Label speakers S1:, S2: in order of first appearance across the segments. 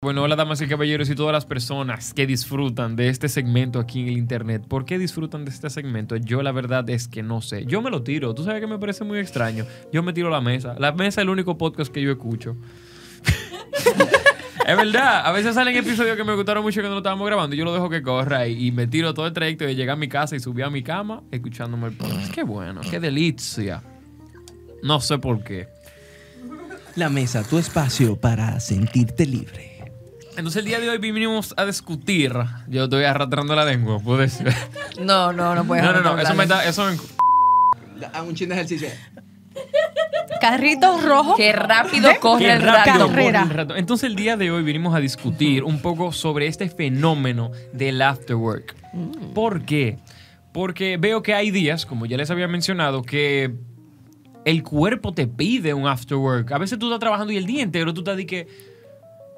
S1: Bueno, hola damas y caballeros y todas las personas que disfrutan de este segmento aquí en el internet. ¿Por qué disfrutan de este segmento? Yo la verdad es que no sé. Yo me lo tiro. Tú sabes que me parece muy extraño. Yo me tiro la mesa. La mesa es el único podcast que yo escucho. es verdad. A veces salen episodios que me gustaron mucho cuando lo estábamos grabando y yo lo dejo que corra y, y me tiro todo el trayecto de llegar a mi casa y subir a mi cama escuchándome el podcast. Qué bueno, qué delicia. No sé por qué.
S2: La mesa, tu espacio para sentirte libre.
S1: Entonces el día de hoy vinimos a discutir. Yo estoy arrastrando la lengua, puedo decir.
S3: No, no, no
S4: Pues,
S3: puedes.
S1: No, no, no.
S3: hablar
S1: Eso me
S3: de
S1: da. Eso me-
S2: A Ah, un chin de ejercicio.
S3: Carrito rojo.
S4: Qué rápido corre
S1: Qué
S4: el
S1: rápido
S4: rato.
S1: corre
S3: Carrera.
S1: el rato. Entonces el día de hoy vinimos a discutir un poco sobre este fenómeno del afterwork. ¿Por qué? Porque veo que hay días, como ya les había mencionado, que el cuerpo te pide un afterwork. A veces tú estás trabajando y el día entero tú estás de que...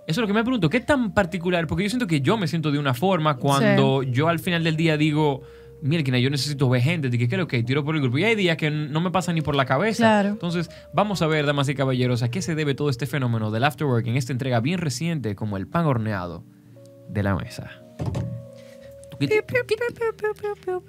S1: Eso es lo que me pregunto, ¿qué es tan particular? Porque yo siento que yo me siento de una forma cuando yo al final del día digo, mira, yo necesito ver gente, de que creo que tiro por el grupo. Y hay días que no me pasa ni por la cabeza.
S3: Claro.
S1: Entonces, vamos a ver, damas y caballeros, a qué se debe todo este fenómeno del afterwork en esta entrega bien reciente como el pan horneado de la mesa.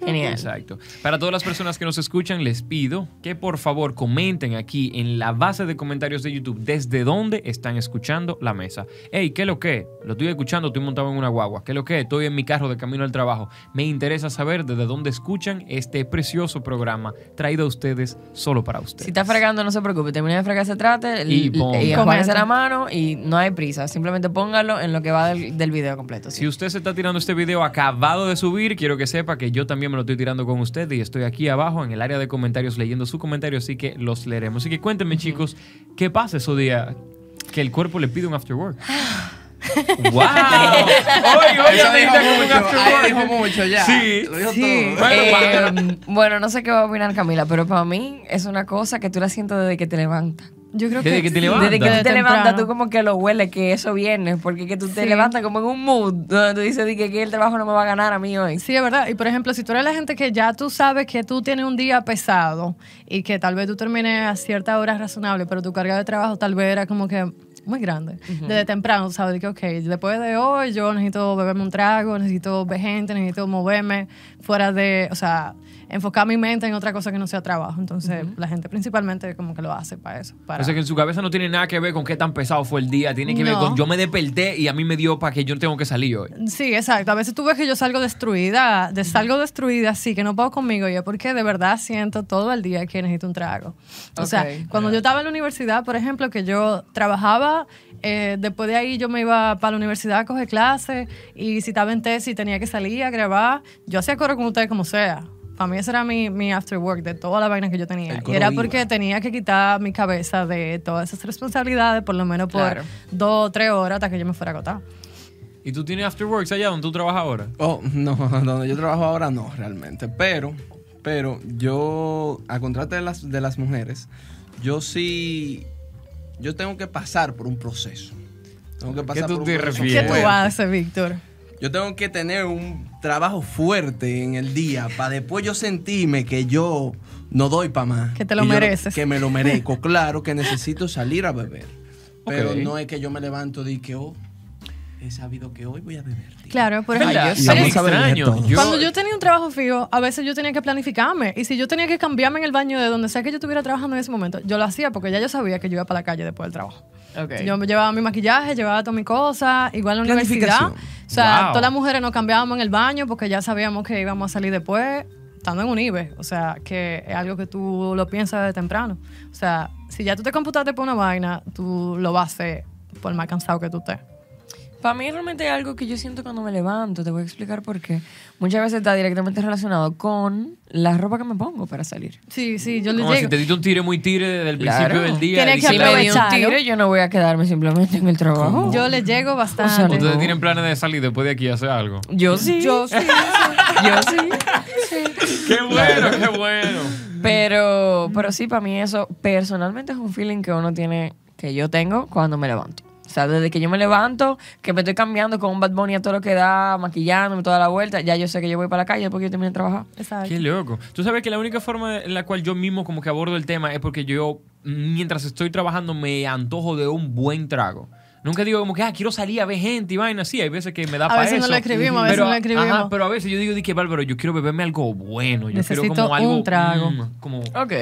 S4: Genial.
S1: Exacto. Para todas las personas que nos escuchan, les pido que por favor comenten aquí en la base de comentarios de YouTube desde dónde están escuchando la mesa. Hey, ¿qué lo que? Lo estoy escuchando, estoy montado en una guagua. ¿Qué lo que? Estoy en mi carro de camino al trabajo. Me interesa saber desde dónde escuchan este precioso programa traído a ustedes solo para ustedes.
S4: Si está fregando, no se preocupe. Termina de fregar ese trate
S1: Y
S4: y,
S1: pon.
S4: y ajuárese
S3: Comenta.
S4: la mano y no hay prisa. Simplemente póngalo en lo que va del, del video completo.
S1: Si usted se está tirando este video acabado de subir, quiero que sepa que yo también me lo estoy tirando con usted y estoy aquí abajo en el área de comentarios leyendo su comentario, así que los leeremos. Así que cuéntenme, chicos, ¿qué pasa esos días que el cuerpo le pide un after work? ¡Wow! Hoy, hoy
S2: Eso dijo
S1: anda con un
S2: mucho,
S1: after
S2: ahí
S1: work.
S2: dijo mucho ya.
S1: Sí.
S2: Lo dijo
S3: Sí.
S2: todo.
S1: Bueno,
S4: Eh, bueno, no sé qué va a opinar Camila, pero para mí es una cosa que tú la sientes desde que te levantas.
S3: Yo creo
S1: Desde
S3: que,
S1: que te
S3: sí.
S1: levantas.
S4: Desde que tú te
S3: Temprano.
S4: levantas, tú como que lo hueles que eso viene, porque que tú te
S3: Sí.
S4: levantas como en un mood donde tú dices di que, que el trabajo no me va a ganar a mí hoy.
S3: Sí, es verdad. Y por ejemplo, si tú eres la gente que ya tú sabes que tú tienes un día pesado y que tal vez tú termines a cierta hora razonable, pero tu carga de trabajo tal vez era como que muy grande. Desde temprano, tú sabes que, ok, después de hoy yo necesito beberme un trago, necesito ver gente, necesito moverme fuera de, o sea, enfocar mi mente en otra cosa que no sea trabajo. Entonces, la gente principalmente como que lo hace para eso. Para...
S1: O sea que en su cabeza no tiene nada que ver con qué tan pesado fue el día, tiene que ver
S3: No.
S1: con yo me desperté y a mí me dio para que yo tengo que salir hoy.
S3: Sí, exacto. A veces tú ves que yo salgo destruida, de, salgo destruida, sí, que no puedo conmigo yo, porque de verdad siento todo el día que necesito un trago. O sea,
S4: Ok.
S3: cuando yo estaba en la universidad, por ejemplo, que yo trabajaba, eh, después de ahí yo me iba para la universidad a coger clases y si estaba en tesis tenía que salir a grabar, yo hacía coro con ustedes como sea. Para mí ese era mi, mi after work de toda la vaina que yo tenía.
S2: El
S3: Y
S2: coro
S3: era
S2: viva.
S3: porque tenía que quitar mi cabeza de todas esas responsabilidades, por lo menos por
S4: Claro.
S3: dos o tres horas hasta que yo me fuera a agotar.
S1: ¿Y tú tienes after works allá donde tú trabajas ahora?
S2: Oh, no, donde yo trabajo ahora no, realmente. Pero, pero yo, a contrato de las, de las mujeres, yo sí, yo tengo que pasar por un proceso. Tengo que pasar
S1: tú
S2: por
S1: te
S2: un
S1: refieres?
S2: proceso
S3: ¿Qué
S1: Bien.
S3: tú
S2: fuerte.
S3: haces, Víctor?
S2: Yo tengo que tener un trabajo fuerte en el día para después yo sentirme que yo no doy para más.
S3: Que te lo
S2: Y yo-
S3: mereces.
S2: que me lo merezco. Claro que necesito salir a beber. Pero
S1: Ok.
S2: no es que yo me levanto y que, oh, he sabido que hoy voy a beber. tío.
S3: Claro, por ejemplo.
S1: ¿Verdad?
S2: yo-
S1: Pero
S2: Vamos a ver
S1: extraño.
S2: esto.
S1: Yo-
S3: Cuando yo tenía un trabajo fijo, a veces yo tenía que planificarme. Y si yo tenía que cambiarme en el baño de donde sea que yo estuviera trabajando en ese momento, yo lo hacía porque ya yo sabía que yo iba para la calle después del trabajo.
S4: Ok.
S3: Yo me llevaba mi maquillaje, llevaba todas mis cosas, igual a la universidad. O
S2: Planificación.
S3: sea,
S1: Wow.
S3: todas las mujeres nos cambiábamos en el baño porque ya sabíamos que íbamos a salir después, estando en un IBE. O sea, que es algo que tú lo piensas de temprano. O sea, si ya tú te computaste por una vaina, tú lo vas a hacer por más cansado que tú estés.
S4: Para mí realmente es algo que yo siento cuando me levanto, te voy a explicar por qué. Muchas veces está directamente relacionado con la ropa que me pongo para salir.
S3: Sí, sí, yo le
S1: Como si
S3: llego.
S1: te diste un tire muy tire desde el
S4: Claro.
S1: principio del día.
S3: Tienes
S1: y
S3: que
S1: si
S4: Si
S1: la-
S4: me di un
S3: aprovechar, ¿no?
S4: tiro, yo no voy a quedarme simplemente en el trabajo.
S3: Yo le llego bastante.
S4: O sea,
S1: Ustedes
S4: No.
S1: tienen planes de salir después de aquí a hacer algo.
S4: Yo sí.
S3: Yo sí, sí.
S4: Yo sí.
S1: Qué bueno, qué bueno.
S4: Pero, pero sí, para mí eso personalmente es un feeling que uno tiene, que yo tengo cuando me levanto. O sea, desde que yo me levanto, que me estoy cambiando con un Bad Bunny a todo lo que da, maquillándome toda la vuelta, ya yo sé que yo voy para la calle porque yo termino de trabajar.
S3: Exacto.
S1: Qué loco. Tú sabes que la única forma en la cual yo mismo como que abordo el tema es porque yo, mientras estoy trabajando, me antojo de un buen trago. Nunca digo como que, ah, quiero salir a ver gente y vaina. Sí, hay veces que me da
S3: A
S1: para eso.
S3: veces no lo escribimos, a veces
S1: pero,
S3: no lo escribimos.
S1: ajá, pero a veces yo digo, dije, Bárbaro, yo quiero beberme algo bueno. Yo quiero
S3: Necesito
S1: como algo.
S3: un trago.
S1: mm, como,
S4: Ok.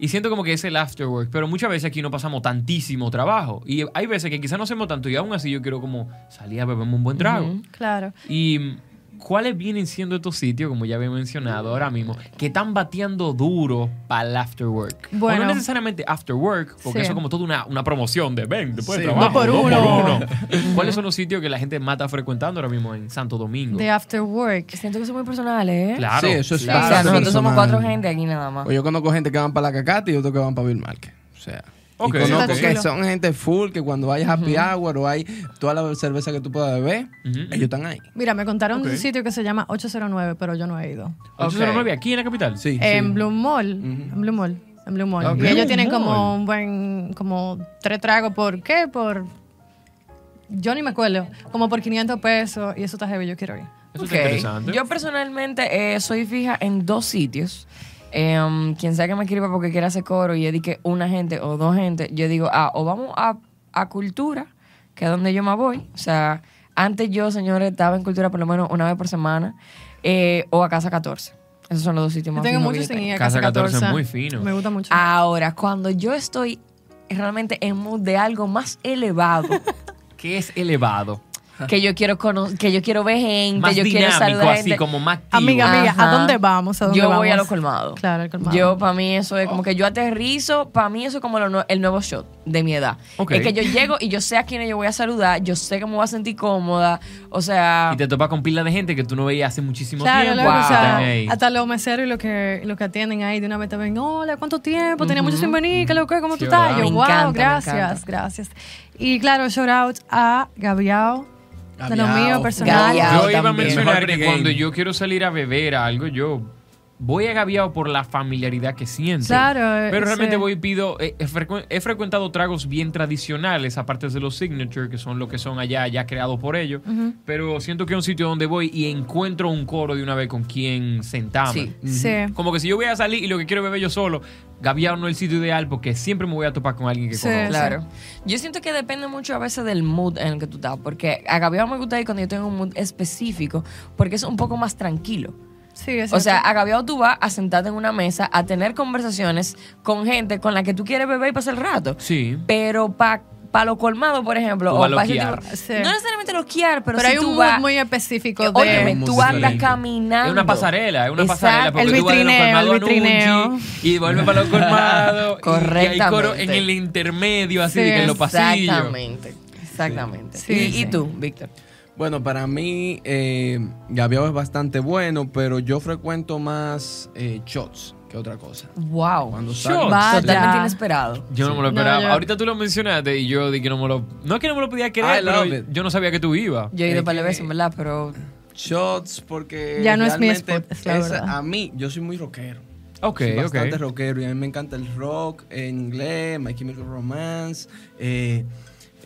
S1: y siento como que es el afterwork, pero muchas veces aquí no pasamos tantísimo trabajo. Y hay veces que quizás no hacemos tanto y aún así yo quiero como salir a beberme un buen trago.
S3: Claro.
S1: Y mm, cuáles vienen siendo estos sitios, como ya había mencionado ahora mismo, que están bateando duro para el afterwork?
S3: Bueno.
S1: O no necesariamente afterwork, porque
S3: Sí.
S1: eso es como toda una, una promoción de ven, después de
S2: Sí,
S1: trabajo,
S3: dos por
S1: dos
S3: uno".
S1: uno. ¿Cuáles son los sitios que la gente más está frecuentando ahora mismo en Santo Domingo?
S3: De after work.
S4: Siento que son muy personales, ¿eh?
S1: Claro.
S2: Sí, eso es
S1: claro.
S4: O sea,
S2: Ah, Sí,
S4: nosotros somos
S2: personal.
S4: cuatro gente aquí nada más.
S2: Pues yo conozco gente que van para la cacata y otros que van para Bill Market. O sea. y
S1: Ok.
S2: conozco
S3: Está
S2: que
S3: chulo.
S2: son gente full que cuando hay happy hour o hay toda la cerveza que tú puedas beber,
S1: Ujú.
S2: ellos están ahí.
S3: Mira, me contaron de
S1: Ok.
S3: un sitio que se llama 809, pero yo no he ido.
S1: 809 aquí en la capital.
S2: Sí.
S3: en
S2: sí.
S3: Blue Mall. En Blue Mall. En Blue Mall.
S1: Ah, Ok.
S3: Y ellos
S1: Blue
S3: tienen como
S1: Mall.
S3: un buen, como tres tragos. ¿Por qué? Por. Yo ni me acuerdo. Como por 500 pesos. Y eso está heavy, yo quiero ir.
S1: Eso
S4: Ok.
S1: está interesante.
S4: Yo personalmente eh, soy fija en dos sitios. Em, quien sea que me escriba porque quiera hacer coro y yo di que una gente o dos gente, yo digo, ah, o vamos a, a cultura, que es donde yo me voy. O sea, antes yo, señores, estaba en cultura por lo menos una vez por semana, eh, o a casa 14. Esos son los dos sitios
S3: Yo
S4: más
S3: tengo
S4: fijos que
S3: mucho
S4: yo
S3: sin
S4: tengo.
S3: ir a
S1: Casa
S3: Casa
S1: 14
S3: 14.
S1: es muy fino.
S3: Me gusta mucho.
S4: Ahora, cuando yo estoy realmente en mood de algo más elevado,
S1: Que es elevado.
S4: que yo quiero cono- que yo quiero ver gente,
S1: Más
S4: yo quiero
S1: dinámico,
S4: saludar
S1: así
S4: gente.
S1: como más activo.
S3: Amiga, amiga, ¿a
S4: Ajá.
S3: dónde vamos? ¿A dónde
S4: yo voy
S3: vamos?
S4: a los colmados.
S3: Claro, el colmado.
S4: Yo, para mí, eso es como que yo aterrizo. Para mí, eso es como lo nue- el nuevo shot de mi edad.
S1: Ok.
S4: Es que yo llego y yo sé a quiénes yo voy a saludar. Yo sé que me voy a sentir cómoda. O sea,
S1: Y te topas con pila de gente que tú no veías hace muchísimo
S3: Claro,
S1: tiempo.
S3: luego, o sea,
S1: Están ahí.
S3: hasta los meseros y los que, los que atienden ahí de una vez te ven, hola, ¿cuánto tiempo? Tenía mucho sin venir, ¿qué lo que? ¿Cómo
S1: Sí,
S3: tú estás?
S1: ¿verdad?
S3: Yo,
S4: Me
S3: wow,
S4: encanta, me
S3: gracias,
S4: encanta.
S3: gracias. Y claro, shout out a Gabriao, de lo
S2: Gabriao.
S3: mío personal.
S4: Gabriao.
S1: Yo iba a
S4: también.
S1: mencionar
S2: Mejor
S1: que
S2: pregame.
S1: cuando yo quiero salir a beber a algo, yo voy agaviado por la familiaridad que siento.
S3: Claro, eh,
S1: Pero realmente
S3: sí.
S1: voy y pido. eh, he, frecu- he frecuentado tragos bien tradicionales, aparte de los signature, que son lo que son allá, ya creados por ellos. Pero siento que es un sitio donde voy y encuentro un coro de una vez con quien sentarme.
S4: Sí.
S3: Sí.
S1: Como que si yo voy a salir y lo que quiero beber yo solo, Gaviao no es el sitio ideal porque siempre me voy a topar con alguien que
S3: Sí.
S1: conozco.
S4: Claro. Yo siento que depende mucho a veces del mood en el que tú estás. Porque a Gabriel me gusta ir cuando yo tengo un mood específico. Porque es un poco más tranquilo.
S3: Sí, es
S4: O sea,
S3: cierto.
S4: a Gabriel tú vas a sentarte en una mesa, a tener conversaciones con gente con la que tú quieres beber y pasar el rato.
S1: Sí.
S4: Pero para pa lo colmado, por ejemplo,
S1: O
S4: o,
S1: a
S4: pa' ese
S1: loquear.
S4: tipo-
S3: Sí.
S4: No necesariamente loquear, pero,
S3: pero
S4: si
S3: hay
S4: tú
S3: un mood
S4: vas,
S3: muy específico de...
S4: Óyeme, tú andas
S1: Sí.
S4: caminando.
S1: Es una pasarela, es una
S4: Exacto.
S1: pasarela. Porque
S3: El
S1: tú vas de los
S3: vitrineo,
S1: colmados
S3: el
S1: a Nunchi
S3: vitrineo.
S1: Y vuelve para los colmados. y, y hay coro en
S4: Correctamente.
S1: el intermedio, así
S3: Sí,
S1: de que en los pasillos.
S4: Exactamente. Exactamente.
S3: Sí,
S4: y,
S3: sí.
S4: y tú, Víctor.
S2: Bueno, para mí eh, Gaviao es bastante bueno, pero yo frecuento más eh, shots que otra cosa.
S4: Wow.
S2: Cuando
S1: Shots.
S2: salgo-
S3: Vaya.
S4: Totalmente inesperado.
S1: Yo no me lo
S3: No,
S1: esperaba.
S3: yo-
S1: Ahorita tú lo mencionaste y yo di que no me lo. No es que no me lo podía creer,
S2: I
S1: pero
S2: love it.
S1: yo no sabía que tú ibas.
S4: Yo he ido
S2: Es
S4: para la
S2: que-
S4: vez, en verdad, pero
S2: Shots porque
S3: Ya no es mi
S2: realmente
S3: spot, es la verdad.
S2: A mí, yo soy muy rockero.
S1: Ok,
S2: soy bastante
S1: ok.
S2: rockero y a mí me encanta el rock en inglés, My Chemical Romance, eh,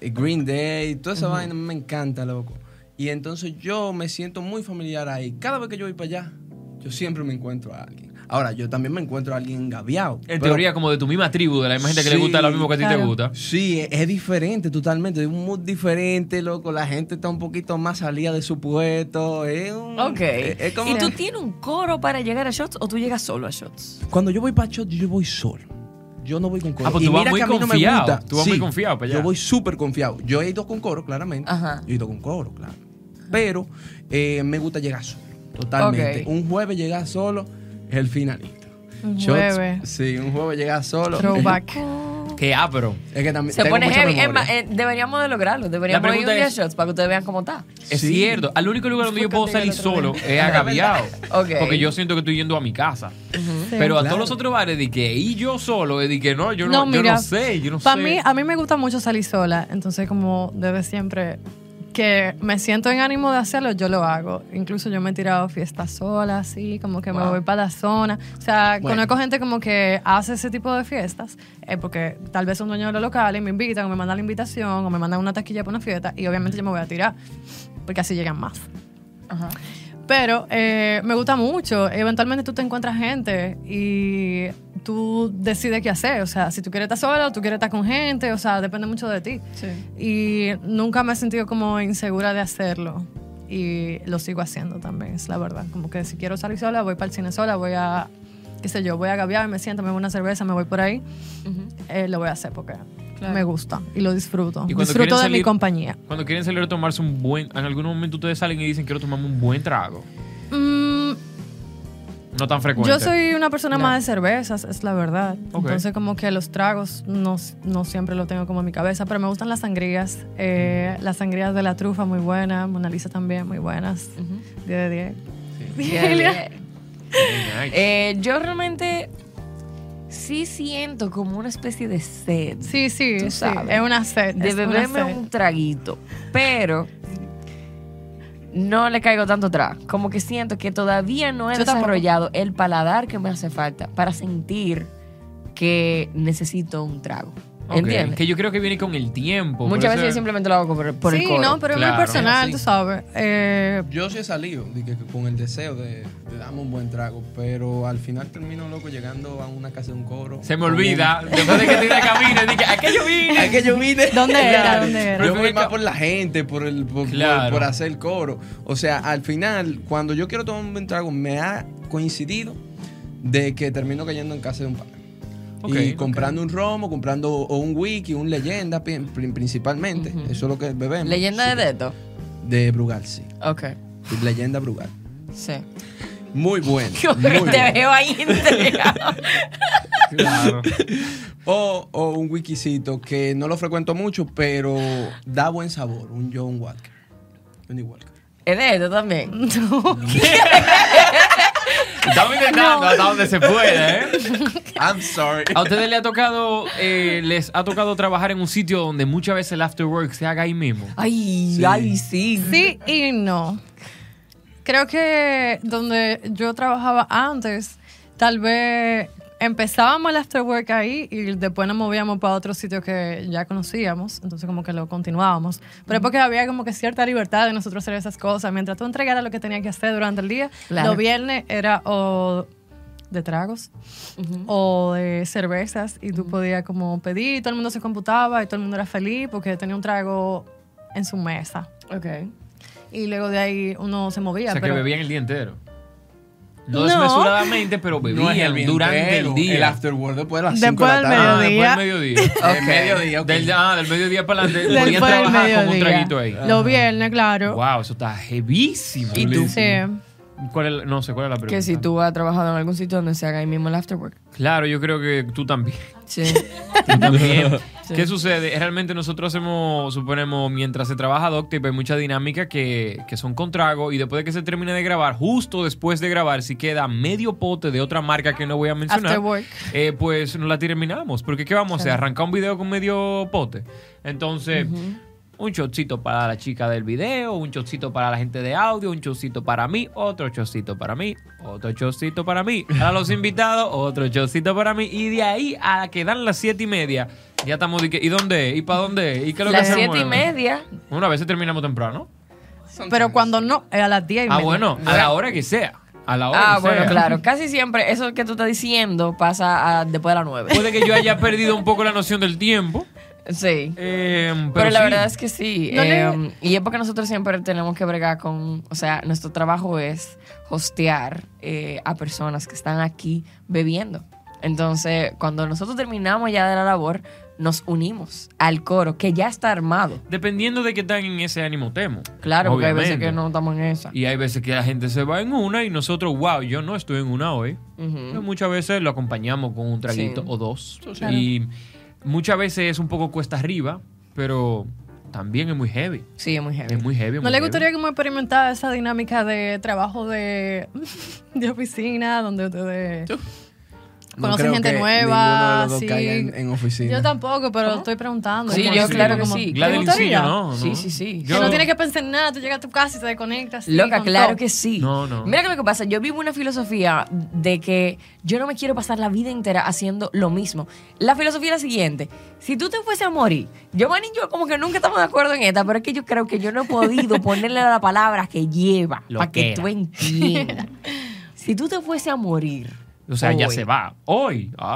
S2: eh, Green Day, toda esa vaina me encanta, loco. Y entonces yo me siento muy familiar ahí. Cada vez que yo voy para allá, yo siempre me encuentro a alguien. Ahora, yo también me encuentro a alguien engaviado.
S1: En teoría, como de tu misma tribu, de la misma gente que le gusta
S2: Sí,
S1: lo mismo que a ti te
S3: claro.
S1: gusta.
S2: Sí, es, es diferente totalmente, es un mood diferente, loco. La gente está un poquito más salida de su puesto. Es un-
S4: Ok.
S2: es- es como-
S4: ¿Y tú tienes un coro para llegar a shots o tú llegas solo a shots?
S2: Cuando yo voy para shots, yo voy solo. Yo no voy con coro.
S1: Ah, pues
S2: Y
S1: tú vas
S2: mira
S1: muy
S2: que a mí no me
S1: confiado.
S2: gusta.
S1: Tú vas muy confiado para allá.
S2: Yo voy súper confiado. Yo he ido con coro, claramente.
S4: Ajá.
S2: Yo he ido con coro, claro. Pero eh, me gusta llegar solo, totalmente.
S4: Ok.
S2: Un jueves llegar solo es el finalista.
S3: Un
S2: Shots-
S3: jueves.
S2: Sí, un jueves llegar solo.
S3: Throwback.
S1: Que ah, abro.
S2: Es que también
S4: Se
S2: tengo
S4: pone
S2: mucha
S4: heavy. Es
S2: memoria.
S4: más, eh, deberíamos de lograrlo. Deberíamos ir un
S1: pregunta
S4: día a
S1: es-
S4: shots para que ustedes vean cómo está.
S1: Es
S2: Sí.
S1: cierto. Al único lugar donde yo puedo salir solo es agaviado.
S4: Ok.
S1: Porque yo siento que estoy yendo a mi casa. Pero a todos los otros bares, de que y yo solo, es de que no, yo no, yo no sé, yo no
S3: pa'
S1: sé.
S3: Mí, a mí me gusta mucho salir sola, entonces como desde siempre que me siento en ánimo de hacerlo, yo lo hago. Incluso yo me he tirado fiestas sola, así, como que me
S4: Wow.
S3: voy para la zona. O sea,
S2: Bueno.
S3: conozco gente como que hace ese tipo de fiestas, eh, porque tal vez son dueños de los locales y me invitan, o me mandan la invitación, o me mandan una taquilla para una fiesta, y obviamente yo me voy a tirar, porque así llegan más.
S4: Ajá.
S3: Pero eh, me gusta mucho. Eventualmente tú te encuentras gente y tú decides qué hacer. O sea, si tú quieres estar sola o tú quieres estar con gente, o sea, depende mucho de ti. Y nunca me he sentido como insegura de hacerlo. Y lo sigo haciendo también, es la verdad. Como que si quiero salir sola, voy para el cine sola, voy a, qué sé yo, voy a gaviar, me siento, me voy una cerveza, me voy por ahí. Eh, lo voy a hacer porque
S4: Claro.
S3: me gusta y lo disfruto.
S1: Y cuando
S3: disfruto
S1: quieren
S3: de mi
S1: salir-
S3: compañía.
S1: Cuando quieren salir a tomarse un buen. En algún momento ustedes salen y dicen, quiero tomarme un buen trago.
S3: Mm,
S1: No tan frecuente.
S3: Yo soy una persona
S4: No.
S3: más de cervezas, es la verdad.
S1: Ok.
S3: Entonces como que los tragos no, no siempre lo tengo como en mi cabeza, pero me gustan las sangrías. Eh, las sangrías de la trufa muy buenas, Mona Lisa también muy buenas. 10 de 10.
S1: Bien, nice.
S4: Eh, yo realmente sí siento como una especie de sed.
S3: Sí, sí,
S4: Tú
S3: sí,
S4: sabes.
S3: es una sed.
S4: de
S3: es una
S4: beberme
S3: sed.
S4: un traguito, pero no le caigo tanto atrás. Como que siento que todavía no he
S3: Yo tampoco.
S4: desarrollado el paladar que me hace falta para sentir que necesito un trago.
S1: Ok,
S4: ¿Entiendes?
S1: Que yo creo que viene con el tiempo. por
S4: Muchas veces
S1: eso-
S4: yo simplemente lo hago por, por
S3: sí,
S4: el coro.
S3: no, pero es
S1: Claro.
S3: muy personal,
S2: Sí.
S3: tú sabes. Eh,
S2: Yo sí he salido de que- que con el deseo de, de darme un buen trago, pero al final termino loco llegando a una casa de un coro.
S1: Se me olvida. Después de que te la camina, dije, aquello vine.
S2: Es que yo vine.
S3: ¿Dónde era? ¿Dónde era?
S2: Yo voy más por la gente, por el por, por-
S1: Claro.
S2: por hacer coro. O sea, al final, cuando yo quiero tomar un buen trago, me ha coincidido de que termino cayendo en casa de un pana.
S1: Ok,
S2: y
S1: ok.
S2: comprando un romo, comprando o un wiki, un leyenda prin- prin- principalmente. Eso es lo que bebemos.
S4: Leyenda de Deto.
S2: De Brugal, sí.
S4: Ok,
S2: Leyenda Brugal.
S4: sí.
S2: Muy bueno.
S4: Yo
S2: muy
S4: te
S2: bueno.
S4: veo ahí intrigado.
S1: Claro.
S2: O, o un wikicito que no lo frecuento mucho, pero da buen sabor. Un John Walker. Johnny Walker.
S4: ¿Es de Deto también?
S1: Estamos intentando hasta donde se puede, ¿eh?
S2: I'm sorry.
S1: ¿A ustedes les ha tocado, eh, les ha tocado trabajar en un sitio donde muchas veces el after work se haga ahí mismo?
S4: Ah, Ay,
S2: Sí.
S4: ay, sí.
S3: Sí y no. Creo que donde yo trabajaba antes, tal vez empezábamos el after work ahí y después nos movíamos para otros sitios que ya conocíamos, entonces como que lo continuábamos. Pero es porque había como que cierta libertad de nosotros hacer esas cosas. Mientras tú entregaras lo que tenías que hacer durante el día,
S4: Claro.
S3: los viernes era o de tragos o de cervezas y tú podías como pedir, y todo el mundo se computaba y todo el mundo era feliz porque tenía un trago en su mesa.
S4: Ok.
S3: Y luego de ahí uno se movía.
S1: o sea,
S3: pero
S1: que bebían el día entero. No,
S3: No.
S1: desmesuradamente, pero
S2: No es
S1: bebían durante el día.
S2: El afterword después de las
S3: Después
S2: 5 de la
S3: del
S2: tarde.
S1: Ah, después
S3: Mediodía.
S1: del mediodía.
S2: El mediodía, ok.
S1: Del, ah, del mediodía para adelante.
S3: después
S1: Podían
S3: del
S1: trabajar con un
S3: mediodía.
S1: traguito ahí.
S3: Los viernes, claro.
S1: Wow, eso está heavísimo.
S2: ¿Y tú?
S3: Sí.
S1: ¿Cuál es la- no sé cuál es la pregunta.
S4: Que si tú has trabajado en algún sitio donde se haga ahí mismo el afterwork.
S1: Claro, yo creo que tú también.
S4: Sí.
S1: Tú también.
S4: Sí.
S1: ¿Qué sucede? Realmente nosotros hacemos, suponemos, mientras se trabaja Doctip, hay mucha dinámica que, que son con trago y después de que se termine de grabar, justo después de grabar, si queda medio pote de otra marca que no voy a mencionar,
S3: After work.
S1: eh, pues no la terminamos. Porque ¿qué vamos a hacer? Arrancar un video con medio pote. Entonces... Un chocito para la chica del video, un chocito para la gente de audio, un chocito para mí, otro chocito para mí, otro chocito para mí, a los invitados, otro chocito para mí, y de ahí a que dan las siete y media, ya estamos de que, ¿y dónde? es? ¿Y para dónde? es? ¿Y qué es lo
S4: Las
S1: que hacemos?
S4: siete y media.
S1: Una vez terminamos temprano.
S3: Pero cuando no, es a las 10 y
S1: Ah,
S3: media.
S1: bueno, a la hora que sea. A la hora
S4: Ah,
S1: que
S4: bueno,
S1: sea.
S4: claro. Casi siempre eso que tú estás diciendo pasa a- después de las nueve.
S1: Puede que yo haya perdido un poco la noción del tiempo.
S4: Sí.
S1: eh, pero,
S4: Pero, la
S1: sí.
S4: verdad es que sí.
S3: No le-
S4: eh, Y es porque nosotros siempre tenemos que bregar con. O sea, nuestro trabajo es hostear eh, a personas que están aquí bebiendo. Entonces, cuando nosotros terminamos ya de la labor, nos unimos al coro que ya está armado.
S1: Dependiendo de qué tan en ese ánimo temo.
S4: Claro, porque hay veces
S1: Obviamente.
S4: que no estamos en esa.
S1: Y hay veces que la gente se va en una y nosotros, wow, yo no estoy en una hoy.
S4: Ujú.
S1: Pero Muchas veces lo acompañamos con un traguito
S4: Sí.
S1: o dos. Y muchas veces es un poco cuesta arriba, pero también es muy heavy.
S4: Sí, es muy heavy.
S1: Es muy heavy. es
S3: ¿No
S1: muy
S3: le
S1: heavy.
S3: gustaría como experimentar esa dinámica de trabajo de, de oficina, donde ustedes
S2: No
S3: Conoce
S2: creo
S3: gente
S2: que ninguno de
S3: nueva,
S2: los dos
S3: sí.
S2: caiga en- en oficina.
S3: Yo tampoco, pero estoy preguntando.
S4: Sí,
S3: Como
S4: yo
S3: así,
S4: claro que
S3: como,
S4: sí.
S3: ¿te
S1: Gladeline sí,
S3: gustaría?
S1: yo no, no.
S4: Sí, sí, sí.
S1: Yo-
S3: Que no tienes que pensar en nada, tú llegas a tu casa y te desconectas. sí,
S4: Loca,
S3: con
S4: claro
S3: todo.
S4: que sí.
S1: No, no.
S4: Mira que lo que pasa, yo vivo una filosofía de que yo no me quiero pasar la vida entera haciendo lo mismo. La filosofía es la siguiente. Si tú te fuese a morir, Giovanni y yo como que nunca estamos de acuerdo en esta, pero es que yo creo que yo no he podido ponerle la palabra que lleva
S1: Lo
S4: para
S1: que
S4: que tú
S1: era.
S4: entiendas. si tú te fuese a morir...
S1: O sea, ya
S4: hoy,
S1: se va. Hoy. Ay,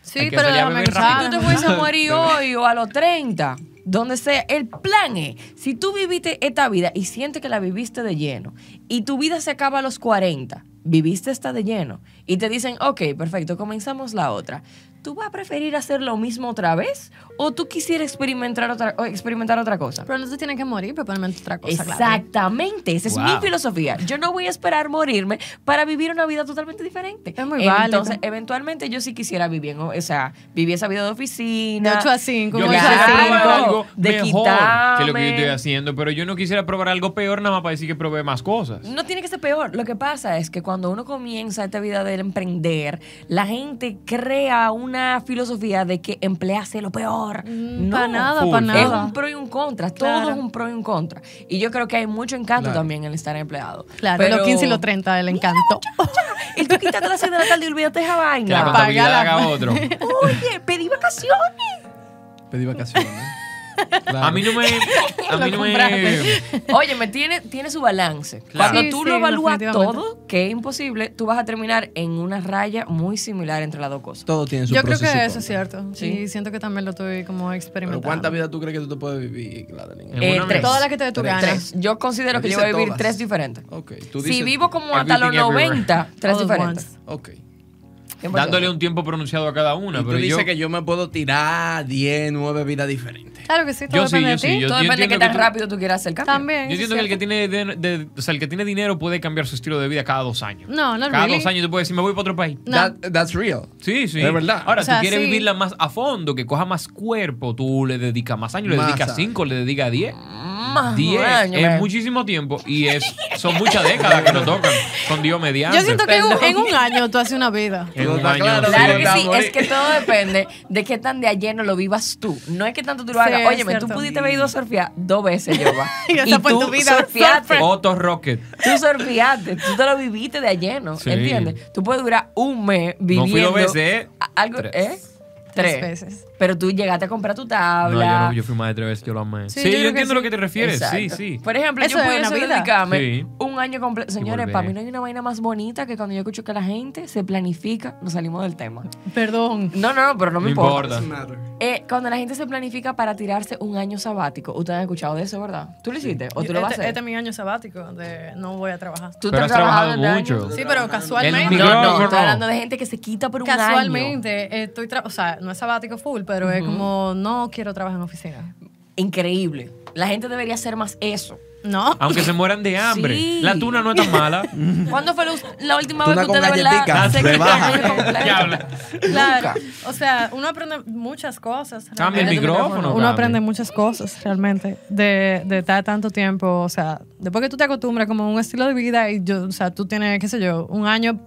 S3: Sí,
S1: hay que
S3: pero
S1: salir a
S3: la
S1: beber
S3: mensaje-
S1: rápido.
S4: tú te fuiste a morir hoy o a los 30, donde sea, el plan es, si tú viviste esta vida y sientes que la viviste de lleno y tu vida se acaba a los 40, viviste esta de lleno y te dicen, ok, perfecto, comenzamos la otra. ¿Tú vas a preferir hacer lo mismo otra vez o tú quisieras experimentar otra, o experimentar otra cosa?
S3: Pero no te tienes que morir para ponerme en otra cosa, claro.
S4: Exactamente, esa es
S1: Wow.
S4: mi filosofía. Yo no voy a esperar morirme para vivir una vida totalmente diferente.
S3: Es muy
S4: Entonces,
S3: válido.
S4: eventualmente yo sí quisiera vivir, en- o sea, vivir esa vida de oficina.
S3: De ocho a cinco,
S1: Yo
S3: como
S1: quisiera
S3: dice
S1: probar
S3: Silvio.
S1: algo
S4: de
S1: mejor que lo que yo estoy
S4: quitarme.
S1: haciendo, pero yo no quisiera probar algo peor nada más para decir que probé más cosas.
S4: No tiene que ser peor. Lo que pasa es que cuando uno comienza esta vida del emprender, la gente crea una filosofía de que emplearse lo peor.
S3: Mm,
S4: no,
S3: pa' nada,
S1: full,
S3: pa'
S1: full.
S4: Es
S3: nada.
S4: un pro y un contra, todo
S3: Claro.
S4: es un pro y un contra. Y yo creo que hay mucho encanto
S2: Claro.
S4: también en estar empleado.
S3: Claro,
S4: Pero-
S3: los 15 y los 30 del encanto.
S4: Y tú quítate a las 6 de la tarde y olvídate esa
S1: Que la
S4: vaina.
S3: Claro.
S1: contabilidad
S3: Pagar la-
S1: haga otro.
S4: Oye, pedí vacaciones.
S2: Pedí vacaciones. Claro.
S1: A mí no me. A mí
S3: Lo
S1: no me.
S3: compraste.
S4: Oye, me tiene, tiene su balance.
S1: Claro.
S4: Cuando
S3: Sí,
S4: tú
S3: sí,
S4: lo evalúas
S3: definitivamente.
S4: todo, que es imposible, tú vas a terminar en una raya muy similar entre las dos cosas.
S2: Todo tiene su
S3: Yo creo
S2: proceso y
S3: que eso
S2: contra.
S3: es cierto.
S4: Sí.
S3: Sí. siento que también lo estoy como
S2: Pero
S3: experimentando.
S2: ¿cuánta vida tú crees que tú te puedes vivir, Gladeline?
S1: En una
S4: tres.
S1: mesa.
S3: Eh, Todas las que te dé tu
S2: Tres.
S3: gana.
S4: Tres. Yo considero
S2: Me
S4: que yo
S2: dice
S4: voy a vivir
S2: todas.
S4: tres diferentes.
S2: Ok, tú
S4: si
S2: dices-
S4: vivo como hasta los
S1: Everything everywhere.
S4: 90, tres
S3: All at
S4: diferentes.
S2: Ok. Y
S4: 100%.
S1: Dándole un tiempo pronunciado a cada una,
S2: tú
S1: pero
S2: dices
S1: yo.
S2: que yo me puedo tirar 10 9 vidas diferentes.
S3: Claro que sí, todo
S1: Yo sí,
S3: depende
S1: yo
S3: de
S1: sí,
S3: ti.
S1: yo-
S4: Todo depende de
S1: entiendo
S4: qué tan
S1: que tú-
S4: rápido tú quieras hacer el cambio.
S3: También.
S1: Yo siento que el que, tiene de- de- o sea, el que tiene dinero puede cambiar su estilo de vida cada dos años.
S3: No, no
S1: Cada
S3: really.
S1: dos años tú puedes decir, me voy para otro país.
S3: No.
S2: That- that's real.
S1: Sí, sí.
S2: Es verdad.
S1: Ahora,
S3: O sea,
S1: tú quieres
S3: sí.
S1: vivirla más a fondo, que coja más cuerpo, tú le dedicas más años, le
S2: Más
S1: dedicas
S2: años.
S1: cinco, le dedicas diez.
S4: Más
S1: Diez
S4: años, man.
S1: es muchísimo tiempo y es son muchas décadas que nos tocan con Dios mediante.
S3: Yo siento que
S4: Perdón.
S3: un- en un año tú haces una vida.
S1: En
S2: Todo
S1: un
S2: está
S1: año,
S2: claro,
S1: sí.
S4: Claro que
S2: Vamos,
S4: sí,
S2: vamos.
S4: es que todo depende de qué tan de ayer no lo vivas tú. No es que tanto tú lo
S3: Sí,
S4: hagas.
S3: es
S4: Óyeme, tú
S3: cierto.
S4: pudiste haber ido a surfear dos veces, Yoba.
S3: Y esa fue
S4: tú
S3: tu vida,
S4: surfeaste.
S1: Otto Rocket.
S4: Tú surfeaste, tú te lo viviste de ayer, ¿no?
S1: Sí.
S4: ¿Entiendes? Tú puedes durar un mes viviendo.
S1: No fui dos veces, ¿eh?
S4: a- Algo,
S1: Tres.
S4: ¿eh?
S3: Tres veces.
S4: Pero tú llegaste a comprar tu
S1: No, yo,
S4: tabla.
S1: no, yo fui más de tres veces, yo lo amé.
S3: Sí,
S1: Sí, yo,
S3: yo creo
S1: entiendo
S3: que sí. Pues,
S1: lo que te refieres. Sí,
S4: Exacto.
S1: sí.
S4: Por ejemplo,
S3: Eso
S4: yo
S3: es
S4: pudiese
S3: una vida.
S4: dedicarme
S1: Sí.
S4: un año completo. Señores,
S1: volver.
S4: para mí no hay una vaina más bonita que cuando yo escucho que la gente se planifica, nos salimos del tema.
S3: Perdón.
S4: No, no, no, pero no me
S1: No
S4: importa.
S1: importa.
S4: Eh, cuando la gente se planifica para tirarse un año sabático, ustedes han escuchado de eso, ¿verdad? ¿Tú lo hiciste? ¿O tú lo vas a
S3: Este,
S4: hacer?
S3: este es mi año sabático de no voy a trabajar.
S4: ¿Tú
S1: Pero
S4: te
S1: has trabajado
S4: durante
S1: mucho.
S3: Sí, pero
S1: El
S3: casualmente.
S1: micro-
S4: No, no,
S1: Micrófono.
S4: estoy hablando de gente que se quita por un año.
S3: Casualmente, eh, estoy tra- o sea, no es sabático full, pero es como no quiero trabajar en oficina.
S4: Increíble. La gente debería hacer más eso.
S3: No.
S1: Aunque se mueran de hambre.
S4: Sí.
S1: La tuna no es tan mala.
S4: ¿Cuándo fue la us- la última vez
S2: Tuna
S4: que
S2: con
S4: usted de verdad
S2: galletica,
S4: se quitó un
S2: rebaja.
S4: año completo?
S1: Diabla.
S3: Claro. O sea, uno aprende muchas cosas.
S1: Cambia el
S3: realmente.
S1: micrófono.
S3: Uno
S1: cambia.
S3: aprende muchas cosas realmente de, de estar tanto tiempo, o sea, después que tú te acostumbras como a un estilo de vida y yo, o sea, tú tienes, qué sé yo, un año,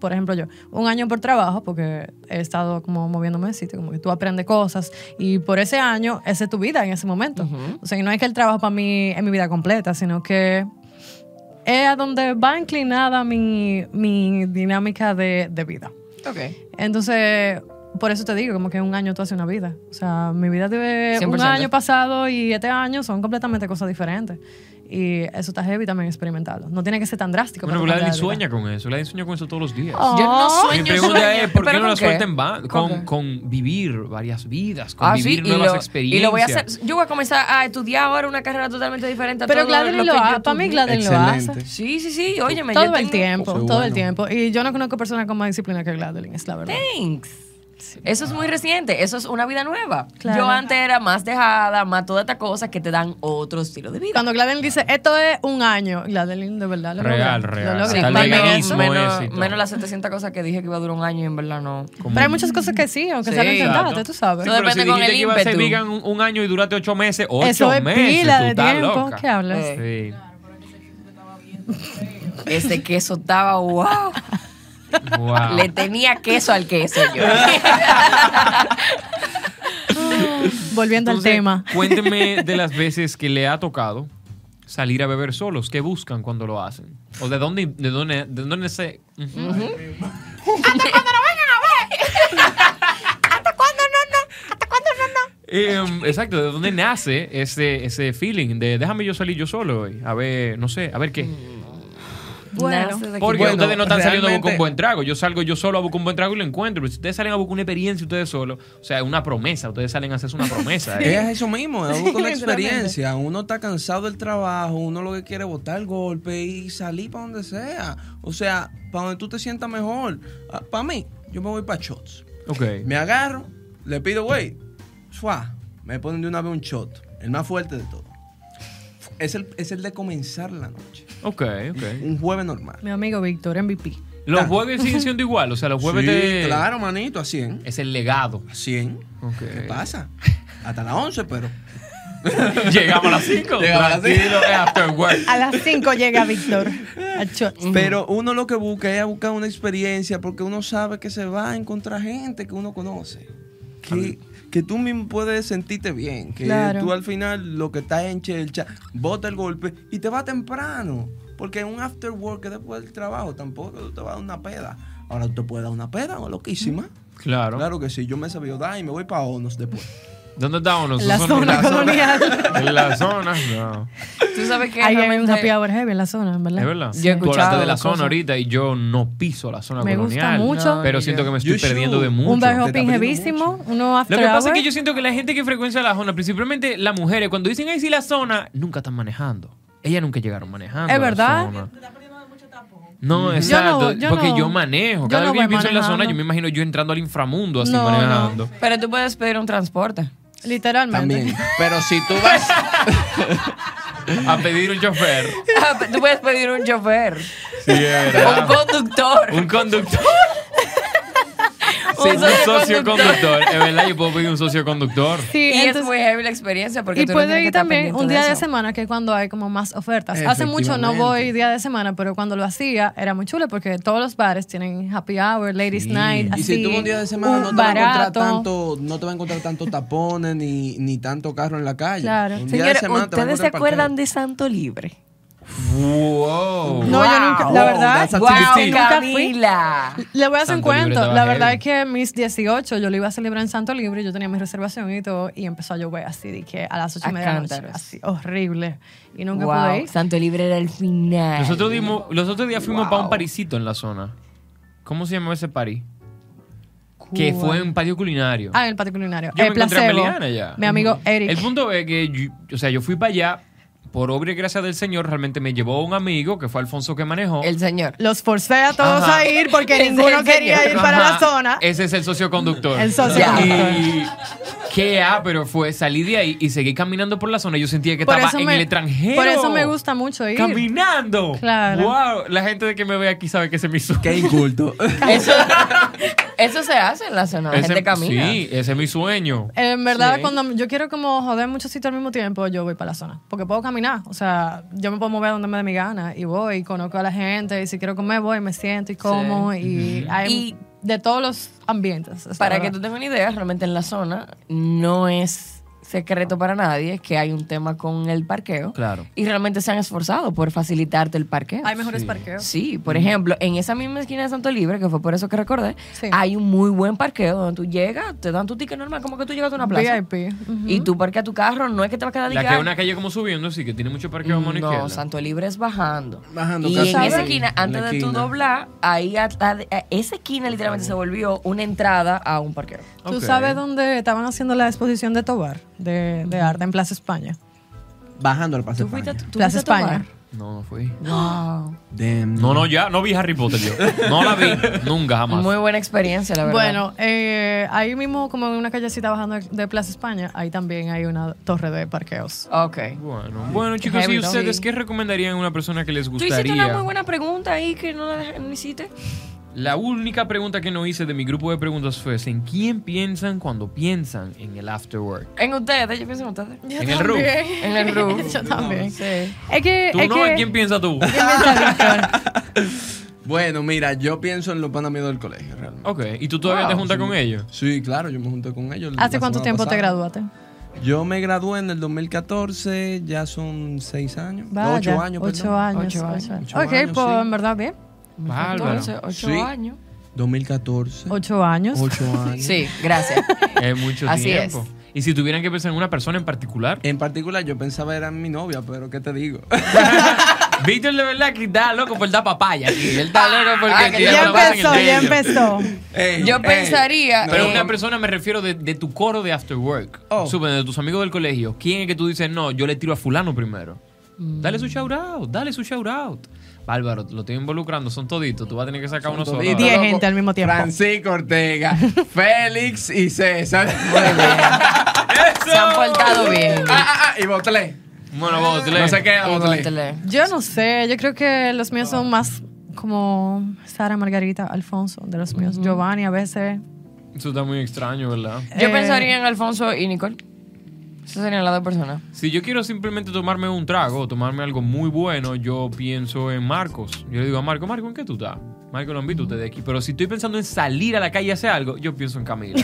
S3: por ejemplo yo, un año por trabajo porque he estado como moviéndome de sitio, como que tú aprendes cosas y por ese año, esa es tu vida en ese momento. O sea, y no es que el trabajo para mí es mi vida completa, sino que es a donde va inclinada mi, mi dinámica de, de vida.
S4: Ok.
S3: Entonces, por eso te digo, como que un año tú haces una vida. O sea, mi vida de
S4: 100%.
S3: un año pasado y este año son completamente cosas diferentes. Y eso está heavy también experimentarlo. No tiene que ser tan drástico.
S1: Bueno,
S3: para
S1: Vladimir
S3: cambiar de vida.
S1: sueña con eso. Vladimir sueña con eso todos los días.
S3: Oh.
S4: Yo no
S1: Mi
S4: sueño,
S1: pregunta
S4: sueño.
S1: es, ¿por qué
S4: ¿Pero
S1: no la
S4: con
S1: suelta en va-
S4: ¿Con
S1: con,
S4: qué?
S1: con vivir varias vidas, con
S4: Ah, sí,
S1: vivir
S4: y
S1: nuevas
S4: lo-
S1: experiencias?
S4: Y lo voy a hacer. Yo voy a comenzar a estudiar ahora una carrera totalmente diferente a
S3: Pero
S4: todo lo
S3: Gladys lo
S4: que yo
S3: hace. Para mí
S4: estudié.
S3: Gladys lo
S2: Excelente.
S3: hace.
S4: Sí, sí, sí. Óyeme, yo
S3: Todo el
S4: tengo-
S3: tiempo,
S2: Seguro.
S3: todo el tiempo. Y yo no conozco personas con más disciplina que Gladeline, es la verdad.
S4: Thanks. Eso es muy reciente, eso es una vida nueva.
S3: Claro.
S4: Yo antes era más dejada, más todas estas cosas que te dan otro estilo de vida.
S3: Cuando Gladeline dice, esto es un año, Gladeline de verdad lo
S1: Real,
S3: logra.
S1: real.
S3: Lo
S1: Sí,
S3: logra.
S1: Tal
S3: Para mí
S1: vez
S4: menos,
S1: veganismo
S4: menos,
S1: es y todo.
S4: menos las 700 cosas que dije que iba a durar un año y en verdad no.
S1: Como-
S3: Pero hay muchas cosas que sí, aunque
S4: Sí,
S3: sean intentadas,
S1: Exacto.
S3: tú sabes.
S1: Sí,
S4: Todo
S1: pero si
S4: depende con
S1: dijiste
S4: el
S1: que iba a ser
S4: ímpetu.
S1: vegan un, un año y durante ocho meses, ocho
S3: Eso es
S1: meses.
S3: pila
S1: tú
S3: de
S1: estás
S3: tiempo.
S1: loca.
S3: ¿Qué hablas?
S1: Sí.
S4: Ese queso estaba Este wow.
S3: Ah.
S1: Wow.
S4: Le tenía queso al queso yo.
S3: Volviendo
S1: Entonces,
S3: al tema.
S1: Cuénteme de las veces que le ha tocado salir a beber solos. ¿Qué buscan cuando lo hacen? ¿O de dónde, de dónde, de dónde se...? Ujú. Em, exacto, de dónde nace ese, ese feeling de déjame yo salir yo solo hoy. A ver, no sé, a ver qué.
S3: Bueno,
S4: Nace de
S1: Porque
S2: Bueno,
S1: ustedes no están saliendo a buscar un
S2: realmente-
S1: buen trago. Yo salgo yo solo a buscar un buen trago y lo encuentro. Pero si ustedes salen a buscar una experiencia ustedes solos, o sea, una promesa. Ustedes salen a hacerse una promesa. ¿eh?
S2: Es eso mismo, es algo con la
S3: literalmente.
S2: experiencia. Uno está cansado del trabajo, uno lo que quiere es botar el golpe y salir para donde sea. O sea, para donde tú te sientas mejor. Para mí, yo me voy para shots.
S1: Ok.
S2: Me agarro, le pido, güey, suá. Me ponen de una vez un shot, el más fuerte de todo. Es el, es el de comenzar la noche.
S1: Ok, ok.
S2: Un jueves normal.
S3: mi amigo Víctor, MVP.
S1: Los jueves siguen siendo igual. O sea, los jueves
S2: Sí,
S1: te-
S2: claro, manito, a 100.
S1: es el legado.
S2: A 100.
S1: Ok.
S2: ¿Qué pasa? Hasta las 11, pero.
S1: Llegamos a las 5.
S2: Llegamos a las
S1: Tranquilo, es after work.
S3: A las 5 llega Víctor. A shots.
S2: Pero uno lo que busca es buscar una experiencia porque uno sabe que se va a encontrar gente que uno conoce. Que, que tú mismo puedes sentirte bien. Que
S3: Claro.
S2: tú al final lo que está en chelcha, bota el golpe y te va temprano. Porque un after work que después del trabajo tampoco tú te vas a dar una peda. Ahora tú te puedes dar una peda, ¿no? loquísima.
S1: Claro.
S2: Claro que sí, yo me sabía dar y me voy para ONUS después.
S1: ¿Dónde está uno?
S3: En la
S1: Eso son-
S3: zona colonial.
S1: En la zona, no.
S4: Tú sabes que
S3: Ahí hay un
S4: realmente-
S3: happy hour heavy en la zona, en ¿verdad?
S1: Es verdad.
S4: Yo he
S1: Tú hablaste
S4: escuchado
S1: de la
S4: cosas.
S1: zona ahorita y yo no piso la zona
S3: Me gusta
S1: colonial.
S3: mucho.
S1: Pero
S4: No,
S1: siento
S4: yo-
S1: que me estoy
S2: You
S1: perdiendo de
S2: should.
S1: mucho.
S3: Un bar
S2: Te
S3: hopping
S2: está pidiendo
S3: heavísimo, uno
S1: Lo
S3: after
S1: que pasa es
S3: hour.
S1: que yo siento que la gente que frecuencia la zona, principalmente las mujeres, cuando dicen ahí sí la zona, nunca están manejando. Ellas nunca llegaron manejando.
S3: Es
S1: a la
S3: verdad.
S1: zona. No, exacto.
S3: yo
S1: porque
S3: no-
S1: yo manejo.
S3: yo
S1: Cada
S3: no
S1: vez que yo
S3: voy
S1: pienso en la zona,
S3: manejando.
S1: yo me imagino yo entrando al inframundo así
S3: No, no.
S1: manejando.
S4: Pero tú puedes pedir un transporte.
S3: Literalmente.
S2: También. Pero si tú vas.
S1: A pedir un chofer.
S4: Ah, tú puedes pedir un chofer.
S1: Sí, es
S4: Un
S1: verdad.
S4: conductor.
S1: Un conductor.
S4: Un
S1: Sí, un socio
S4: socioconductor.
S1: conductor. Es verdad, yo puedo pedir un socio conductor.
S3: Sí,
S4: Y
S3: entonces-
S4: es muy heavy la experiencia porque
S3: y
S4: tú no
S3: puedo
S4: tienes que
S3: ir
S4: estar
S3: también
S4: pendiente
S3: un día de,
S4: eso.
S3: semana que es cuando hay como más ofertas. Hace mucho no
S2: Efectivamente.
S3: voy día de semana, pero cuando lo hacía era muy chulo porque todos los bares tienen happy hour, ladies
S1: Sí.
S3: night, así.
S2: Y si tú un día de semana
S3: un
S2: no te, va a encontrar
S3: barato.
S2: tanto, no te va a encontrar tanto tapones ni, ni tanto carro en la calle.
S3: Claro.
S2: Un día de
S4: Señores,
S2: semana te va a
S4: ¿ustedes se
S2: encontrar
S4: acuerdan
S2: parqueo.
S4: de Santo Libre?
S1: Wow.
S3: No, yo nunca, la
S2: Wow,
S3: verdad,
S2: that's a
S4: Wow,
S2: activity.
S3: nunca fui.
S4: Camila.
S3: Le voy a hacer un
S1: Santo Libre
S3: cuento.
S1: estaba
S3: La verdad
S1: heavy.
S3: es que mis 18 yo lo iba a celebrar en Santo Libre, yo tenía mi reservación y todo, y empezó a llover así, de que a las 8
S4: A
S3: y media de la noche,
S4: cántaros.
S3: así, horrible. Y nunca pude
S4: Wow,
S3: ir.
S4: Santo Libre era el final.
S1: Nosotros dimos, los otros días fuimos
S4: Wow.
S1: para un parisito en la zona. ¿Cómo se llamaba ese pari? Que fue un patio culinario.
S3: Ah, en el patio culinario.
S1: Yo
S3: el
S1: me encontré a
S3: placebo.
S1: Meliana ya.
S3: Mi amigo Eric.
S1: El punto es que, yo- o sea, yo fui para allá. Por obra y gracia del Señor, realmente me llevó un amigo que fue Alfonso que manejó.
S4: El señor.
S3: Los forcé a todos
S1: Ajá.
S3: a ir porque
S4: Ese es
S3: ninguno
S4: el
S3: quería
S4: señor.
S3: ir para
S1: Ajá,
S3: la zona.
S1: Ese es el socio conductor.
S3: El socio conductor.
S1: Y qué ah, pero fue salí de ahí y seguí caminando por la zona. Yo sentía que estaba en
S3: me,
S1: el extranjero.
S3: por eso me gusta mucho ir.
S1: Caminando.
S3: Claro.
S1: Wow, la gente de que me ve aquí sabe que se me hizo.
S2: Qué inculto.
S4: Eso, eso se hace en la zona. La
S1: Ese-
S4: gente camina.
S1: Sí, ese es mi sueño.
S3: En verdad,
S4: Sí.
S3: cuando yo quiero como joder muchos sitios al mismo tiempo, yo voy para la zona. Porque puedo caminar. O sea, yo me puedo mover donde me dé mi gana. Y voy, y conozco a la gente. Y si quiero comer, voy, me siento y como. Y hay
S4: Y-
S3: de todos los ambientes. o sea,
S4: Para que
S3: ¿verdad?
S4: tú tengas una idea, realmente en la zona no es secreto para nadie que hay un tema con el parqueo.
S1: Claro.
S4: Y realmente se han esforzado por facilitarte el parqueo.
S3: Hay mejores parqueos.
S4: Sí, por ejemplo, en esa misma esquina de Santo Libre, que fue por eso que recordé,
S3: Sí.
S4: hay un muy buen parqueo donde tú llegas, te dan tu ticket normal, como que tú llegas a una plaza.
S3: VIP. ujú.
S4: Y tú parqueas tu carro, no es que te va a quedar
S1: La que
S4: ligado.
S1: es una calle como subiendo, sí, que tiene mucho parqueo a mano
S4: Mm, No,
S1: izquierda.
S4: Santo Libre es bajando.
S2: Bajando
S4: y
S2: casi
S4: en esa
S2: ahí,
S4: esquina,
S2: en la
S4: antes de tú
S2: esquina.
S4: doblar, ahí a- a- a- esa esquina literalmente se volvió una entrada a un parqueo.
S3: ¿Tú
S1: Ok.
S3: sabes dónde estaban haciendo la exposición de Tobar, de, de arte en Plaza España?
S2: Bajando al paseo.
S4: ¿Tú fuiste a tu- tú
S3: Plaza
S4: fuiste a tu
S3: España.
S1: No, no fui.
S4: bar? Wow.
S1: No, no, ya, no vi Harry Potter yo. No la vi, nunca jamás.
S4: Muy buena experiencia, la verdad.
S3: Bueno, eh, ahí mismo, como en una callecita bajando de- de Plaza España, ahí también hay una torre de parqueos.
S4: Ok.
S1: Bueno, bueno, chicos,
S4: heavy,
S1: ¿y
S4: ¿no?
S1: ustedes
S4: Sí.
S1: qué recomendarían a una persona que les
S4: Tú
S1: gustaría?
S4: hiciste una muy buena pregunta ahí que no la dej- no hiciste.
S1: La única pregunta que no hice de mi grupo de preguntas fue ¿en quién piensan cuando piensan en el after work?
S4: En ustedes, yo pienso en ustedes.
S1: en el room.
S4: En el roof.
S3: Yo también.
S4: Sí.
S3: Es que.
S1: Tú
S3: es
S1: no,
S3: que,
S1: ¿en quién piensas tú?
S3: ¿Quién piensa, Víctor?
S2: Bueno, mira, yo pienso en los panas míos del colegio, realmente.
S1: Ok, ¿y tú todavía
S4: Wow,
S1: te juntas con ellos?
S2: Sí, claro, yo me junté con ellos. la
S3: ¿Hace cuánto
S2: semana
S3: tiempo te
S2: pasada.
S3: graduaste?
S2: Yo me gradué en el 2014, ya son seis años. no,
S3: Vaya,
S2: ocho años,
S3: Ocho
S2: perdón.
S3: años.
S4: Ocho años.
S3: ocho años.
S2: Ocho
S3: ok,
S2: años,
S3: pues
S2: sí.
S3: en verdad bien.
S1: Bárbaro.
S4: Entonces, ocho
S2: Sí.
S4: años.
S2: 2014.
S3: Ocho años.
S2: Ocho años.
S4: Sí, gracias.
S1: Es mucho
S4: Así
S1: tiempo. Y si tuvieran que pensar en una persona en particular,
S2: En particular, yo pensaba era mi novia, pero ¿qué te digo?
S1: Víctor de verdad que está loco por dar papaya. aquí. Él está loco porque
S4: Ah, que
S1: tiene
S3: Ya
S1: una base en el
S3: empezó, ya
S1: medio.
S3: empezó.
S2: Ey,
S4: Yo
S2: ey.
S4: pensaría.
S1: Pero
S3: eh,
S4: en-
S1: una persona me refiero de, de tu coro de after work.
S2: Ah, eh, Oh.
S1: Suben de tus amigos del colegio. ¿Quién es que tú dices, no, yo le tiro a fulano primero? Dale su shout out, dale su shout out. Bárbaro, lo estoy involucrando, son toditos. Tú vas a tener que sacar uno solo.
S2: Todito,
S1: ahora.
S3: Diez
S2: loco.
S3: gente al mismo tiempo.
S2: Francisco Ortega, Félix y César.
S4: Se han portado bien.
S2: Ah, ah, ah, y Botlé.
S1: Bueno, vos,
S2: No se queda
S4: Y
S2: Botlé.
S4: bótele.
S3: Yo no sé, yo creo que los míos son más como Sara, Margarita, Alfonso, de los míos. Giovanni a veces.
S1: Eso está muy extraño, ¿verdad?
S4: Yo
S3: Eh,
S4: pensaría en Alfonso y Nicole. Esas serían las dos personas.
S1: Si yo quiero simplemente tomarme un trago, o tomarme algo muy bueno, yo pienso en Marcos. Yo le digo a Marco, Marco, ¿en qué tú estás? Marco lo han visto ustedes aquí. Pero si estoy pensando en salir a la calle a hacer algo, yo pienso en Camila.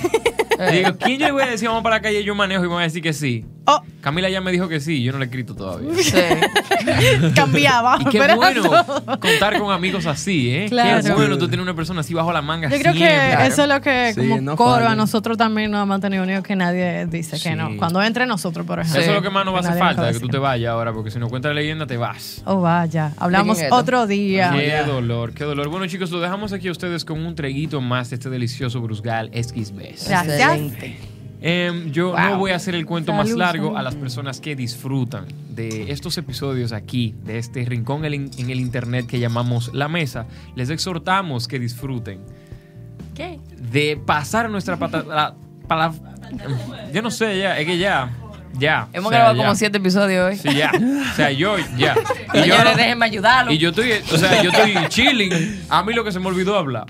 S1: Le digo, ¿quién yo le voy a decir vamos para la calle? Yo manejo y van a decir que sí.
S3: Oh,
S1: Camila ya me dijo que sí, yo no le he escrito todavía.
S4: Sí.
S3: cambiaba.
S1: Y qué
S3: pero
S1: bueno
S3: no.
S1: contar con amigos así, ¿eh? Qué
S3: Claro.
S1: bueno tú tienes una persona así bajo la manga
S3: Yo creo que
S1: siempre.
S3: eso es lo que
S2: Sí,
S3: como
S2: no
S3: coro a
S2: fallen.
S3: nosotros también nos ha mantenido unidos que nadie dice
S1: Sí.
S3: que no. Cuando entre nosotros, por
S1: Eso
S3: ejemplo.
S1: es lo que más nos va a hacer
S3: nadie nos
S1: falta, que
S3: dice
S1: tú te vayas ahora, porque si no cuenta la leyenda te vas.
S3: no. Oh, vaya. Hablamos
S4: Miren esto.
S3: otro día.
S1: Qué dolor, qué dolor. Bueno, chicos, lo dejamos aquí a ustedes con un treguito más de este delicioso Brusgal Esquisbes.
S3: Gracias.
S4: Excelente.
S1: Em, yo no voy a hacer el cuento más
S4: Salud,
S1: largo
S4: salud.
S1: a las personas que disfrutan de estos episodios aquí, de este rincón en en el internet que llamamos La Mesa. Les exhortamos que disfruten
S4: ¿Qué?
S1: de pasar nuestra pata, la- pala- yo no sé ya, es que ya, ya.
S4: Hemos
S1: o sea,
S4: grabado
S1: ya.
S4: como siete episodios hoy.
S1: Sí, ya. O sea, yo, ya. Y yo,
S4: Señores,
S1: no-
S4: déjenme ayudarlo.
S1: y yo estoy, o sea, yo estoy chilling. A mí lo que se me olvidó hablar.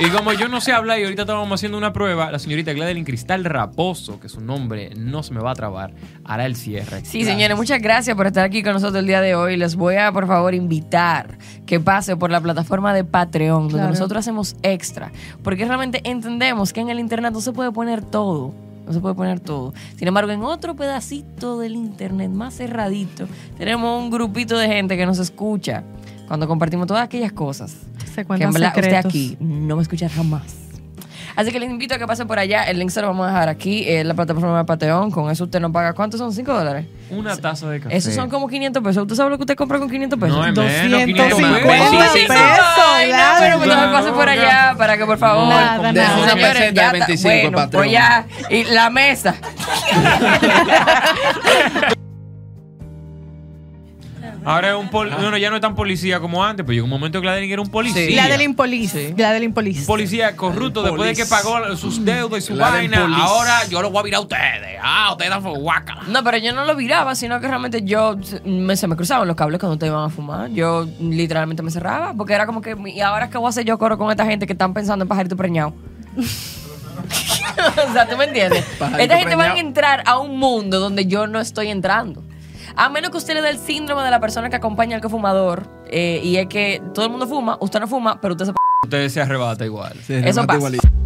S1: Y como yo no sé hablar y ahorita estábamos haciendo una prueba, la señorita Gladeline Cristal Raposo, que su nombre no se me va a trabar, hará el cierre.
S4: Sí, señores, muchas gracias por estar aquí con nosotros el día de hoy. Les voy a, por favor, invitar que pase por la plataforma de Patreon, donde
S3: Claro.
S4: nosotros hacemos extra, porque realmente entendemos que en el Internet no se puede poner todo. No se puede poner todo. Sin embargo, en otro pedacito del Internet más cerradito, tenemos un grupito de gente que nos escucha cuando compartimos todas aquellas cosas
S3: Se
S4: que
S3: cuentan
S4: en verdad usted
S3: secretos.
S4: aquí no me escucha jamás. Así que les invito a que pasen por allá. El link se lo vamos a dejar aquí en la plataforma de Patreon. Con eso usted no paga. ¿Cuántos son? ¿Cinco dólares?
S1: Una taza de café.
S4: Esos son como 500 pesos. ¿Tú sabes lo que usted compra con 500 pesos?
S1: No, es menos,
S3: 250
S1: 500
S3: pesos.
S1: Sí, sí, sí.
S4: Ay, no, pero pues,
S1: claro.
S4: no me pase por allá para que por favor.
S3: Nada,
S4: Sí,
S3: nada.
S4: señores,
S2: Una meseta de
S4: ya está.
S2: 25
S4: bueno,
S2: Patreon.
S4: pues ya. Y la mesa.
S1: Ahora es un pol- bueno, ya no es tan policía como antes, pero llegó un momento que Gladeline era un policía.
S4: Sí.
S3: La del impolis. La del impolis.
S1: Un policía corrupto después de que pagó sus deudas y su vaina.
S2: Gladeline Police.
S1: Ahora yo lo voy a virar a ustedes. Ah, ustedes dan por guácala.
S4: No, pero yo no lo viraba, sino que realmente yo me- se me cruzaban los cables cuando te iban a fumar. Yo literalmente me cerraba porque era como que, ¿y ahora qué voy a hacer yo coro con esta gente que están pensando en pajarito preñado? o sea, ¿tú me entiendes?
S2: Pajarito
S4: esta gente va a
S2: preñado.
S4: entrar a un mundo donde yo no estoy entrando. A menos que usted le dé el síndrome de la persona que acompaña al que fumador eh, y es que todo el mundo fuma, usted no fuma, pero usted se... p-
S1: Ustedes se arrebata igual.
S2: Sí,
S4: Eso
S2: remate
S4: pasa.
S2: igualito.